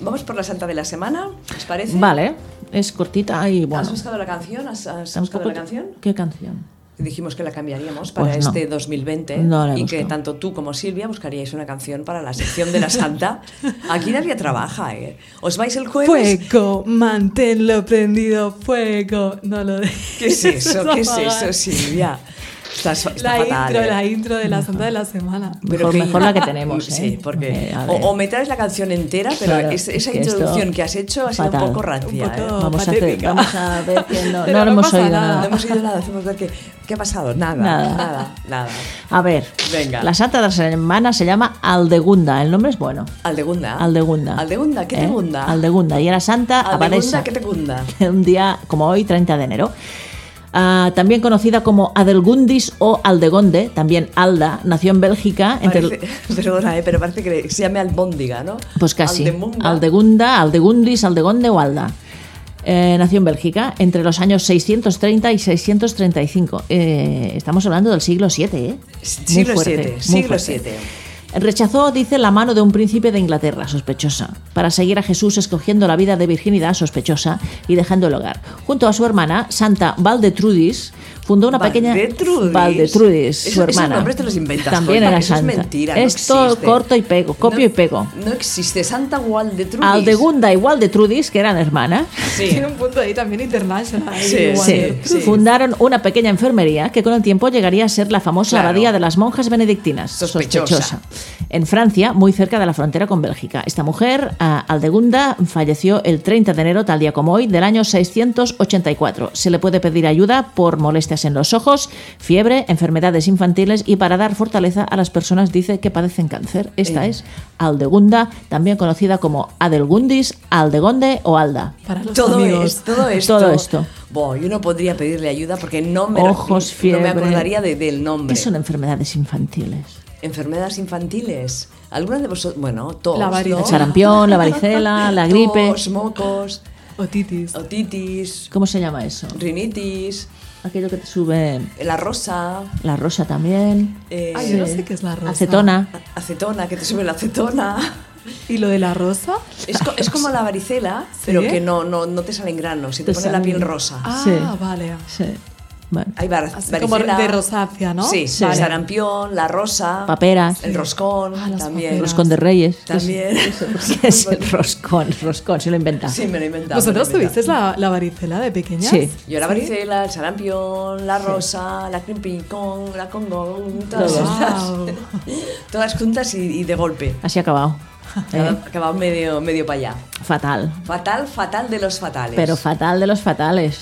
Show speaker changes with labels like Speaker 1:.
Speaker 1: Vamos por la santa de la semana, ¿os parece?
Speaker 2: Vale, es cortita y bueno.
Speaker 1: ¿Has buscado la canción? ¿Has, has
Speaker 2: tampoco
Speaker 1: buscado la
Speaker 2: te-
Speaker 1: canción?
Speaker 2: ¿Qué canción?
Speaker 1: Dijimos que la cambiaríamos para
Speaker 2: Pues no.
Speaker 1: este 2020
Speaker 2: No la he
Speaker 1: y que
Speaker 2: buscado.
Speaker 1: tanto tú como Silvia buscaríais una canción para la sección de la Santa. Aquí nadie trabaja, ¿eh? Os vais el jueves.
Speaker 2: Pues,
Speaker 3: Fuego, manténlo prendido, fuego. No lo dejes.
Speaker 1: ¿Qué es eso? ¿Qué es
Speaker 3: apagar.
Speaker 1: eso, Silvia? Estás, está
Speaker 3: La
Speaker 1: fatal.
Speaker 3: intro,
Speaker 1: ¿eh?
Speaker 3: la intro de la Santa de la Semana.
Speaker 2: Mejor- mejor la que tenemos, ¿eh?
Speaker 1: Sí, porque.
Speaker 2: Eh, a
Speaker 1: o,
Speaker 2: ver.
Speaker 1: o me traes la canción entera, pero
Speaker 2: Claro,
Speaker 1: es-
Speaker 2: es
Speaker 1: esa
Speaker 2: que esto-
Speaker 1: introducción que has hecho ha sido
Speaker 2: fatal.
Speaker 1: un poco rancia.
Speaker 3: Un poco-
Speaker 1: ¿eh?
Speaker 3: Oh,
Speaker 2: vamos, a hacer,
Speaker 3: patética.
Speaker 2: vamos a ver que no,
Speaker 3: Pero
Speaker 2: no
Speaker 3: no
Speaker 2: hemos
Speaker 3: pasa
Speaker 2: oído
Speaker 3: nada.
Speaker 2: nada.
Speaker 1: No hemos ido nada, hacemos ver que. ¿Qué ha pasado? Nada,
Speaker 2: Nada.
Speaker 1: nada, nada.
Speaker 2: A ver,
Speaker 1: Venga.
Speaker 2: la santa de la semana se llama Aldegunda, el nombre es bueno.
Speaker 1: Aldegunda.
Speaker 2: Aldegunda.
Speaker 1: Ah. Aldegunda, ¿qué
Speaker 2: ¿Eh?
Speaker 1: te gunda?
Speaker 2: Aldegunda, y era santa
Speaker 1: Aldegunda,
Speaker 2: abadesa.
Speaker 1: ¿qué te gunda?
Speaker 2: un día como hoy, 30 de enero. Ah, también conocida como Adelgundis o Aldegonde, también Alda, nació en Bélgica entre el-
Speaker 1: Parece- perdona, eh, pero parece que se llame albóndiga, ¿no?
Speaker 2: Pues casi.
Speaker 1: Aldemunda.
Speaker 2: Aldegunda, Aldegundis, Aldegonde o Alda. Eh, nació en Bélgica entre los años 630 y 635. Eh, estamos hablando del siglo VII, ¿eh? Muy
Speaker 1: Siglo
Speaker 2: fuerte,
Speaker 1: VII,
Speaker 2: muy
Speaker 1: siglo
Speaker 2: fuerte.
Speaker 1: VII.
Speaker 2: Rechazó, dice, la mano de un príncipe de Inglaterra, sospechosa, para seguir a Jesús escogiendo la vida de virginidad sospechosa y dejando el hogar. Junto a su hermana, Santa Valdetrudis, fundó una pequeña...
Speaker 1: Valdetrudis.
Speaker 2: Valdetrudis,
Speaker 1: Eso-
Speaker 2: su
Speaker 1: esos
Speaker 2: hermana.
Speaker 1: nombres te los inventas,
Speaker 2: También
Speaker 1: Juanma,
Speaker 2: era
Speaker 1: eso es
Speaker 2: santa.
Speaker 1: mentira, no
Speaker 2: Esto
Speaker 1: existe.
Speaker 2: corto y pego, copio
Speaker 1: No-
Speaker 2: y pego.
Speaker 1: No existe Santa Waldetrudis.
Speaker 2: Aldegunda y Waldetrudis, que eran hermanas,
Speaker 1: Sí.
Speaker 3: Tiene un punto ahí también internacional. ahí,
Speaker 1: Sí,
Speaker 3: igual.
Speaker 1: sí.
Speaker 2: fundaron una pequeña enfermería que con el tiempo llegaría a ser la famosa
Speaker 1: Claro.
Speaker 2: abadía de las monjas benedictinas.
Speaker 1: Sospechosa.
Speaker 2: En Francia, muy cerca de la frontera con Bélgica. Esta mujer, ah, Aldegunda, falleció el 30 de enero, tal día como hoy, del año 684. Se le puede pedir ayuda por molestias en los ojos, fiebre, enfermedades infantiles y para dar fortaleza a las personas, dice, que padecen cáncer. Esta es Aldegunda, también conocida como Adelgundis, Aldegonde o Alda.
Speaker 3: Para los
Speaker 1: Todo,
Speaker 3: amigos.
Speaker 1: es, todo esto.
Speaker 2: Todo esto.
Speaker 1: Buah, yo no podría pedirle ayuda porque no me,
Speaker 2: Ojos,
Speaker 1: no me
Speaker 2: fiebre.
Speaker 1: acordaría de- del nombre.
Speaker 2: ¿Qué son enfermedades infantiles?
Speaker 1: Enfermedades infantiles. ¿Alguna de vosotros? Bueno, tos.
Speaker 3: La varicela.
Speaker 2: El
Speaker 1: ¿no?
Speaker 3: Tos, charampa,
Speaker 2: sarampión, la varicela, la gripe.
Speaker 1: Tos, mocos,
Speaker 3: Otitis.
Speaker 1: otitis,
Speaker 2: ¿Cómo se llama eso?
Speaker 1: rinitis,
Speaker 2: Aquello que te sube
Speaker 1: la rosa,
Speaker 2: la rosa también.
Speaker 1: eh,
Speaker 3: Ay, yo no sé qué es la rosa.
Speaker 2: Acetona.
Speaker 1: acetona, que te sube la acetona.
Speaker 3: ¿Y lo de la rosa?
Speaker 1: Es, co- es como la varicela, pero que no, no, no te salen granos, se te,
Speaker 2: Te
Speaker 1: pone la
Speaker 2: salen-
Speaker 1: piel rosa.
Speaker 3: Ah,
Speaker 2: Sí.
Speaker 3: vale.
Speaker 2: Sí. Bueno.
Speaker 1: Hay var-
Speaker 3: Así
Speaker 1: varicela.
Speaker 3: como de rosácea, ¿no?
Speaker 1: Sí,
Speaker 3: Sí.
Speaker 1: el sarampión, la rosa.
Speaker 2: Paperas.
Speaker 1: El roscón
Speaker 3: Ah, las
Speaker 1: también.
Speaker 2: El
Speaker 3: paperas.
Speaker 2: roscón de reyes.
Speaker 1: También.
Speaker 2: ¿Qué es el roscón? Roscón, se lo inventa.
Speaker 1: Sí, me lo he inventado.
Speaker 3: ¿Vosotros
Speaker 1: me lo he inventado.
Speaker 3: tuvisteis la, la varicela de pequeñas?
Speaker 2: Sí.
Speaker 1: Yo la varicela, el sarampión, la rosa, la crimpicón, la congo, todas
Speaker 2: Todo.
Speaker 1: estas.
Speaker 3: Wow.
Speaker 1: Todas juntas y, y de golpe.
Speaker 2: Así ha acabado. Eh,
Speaker 1: Que va medio, medio para allá.
Speaker 2: fatal.
Speaker 1: Fatal, fatal de los fatales.
Speaker 2: Pero fatal de los fatales.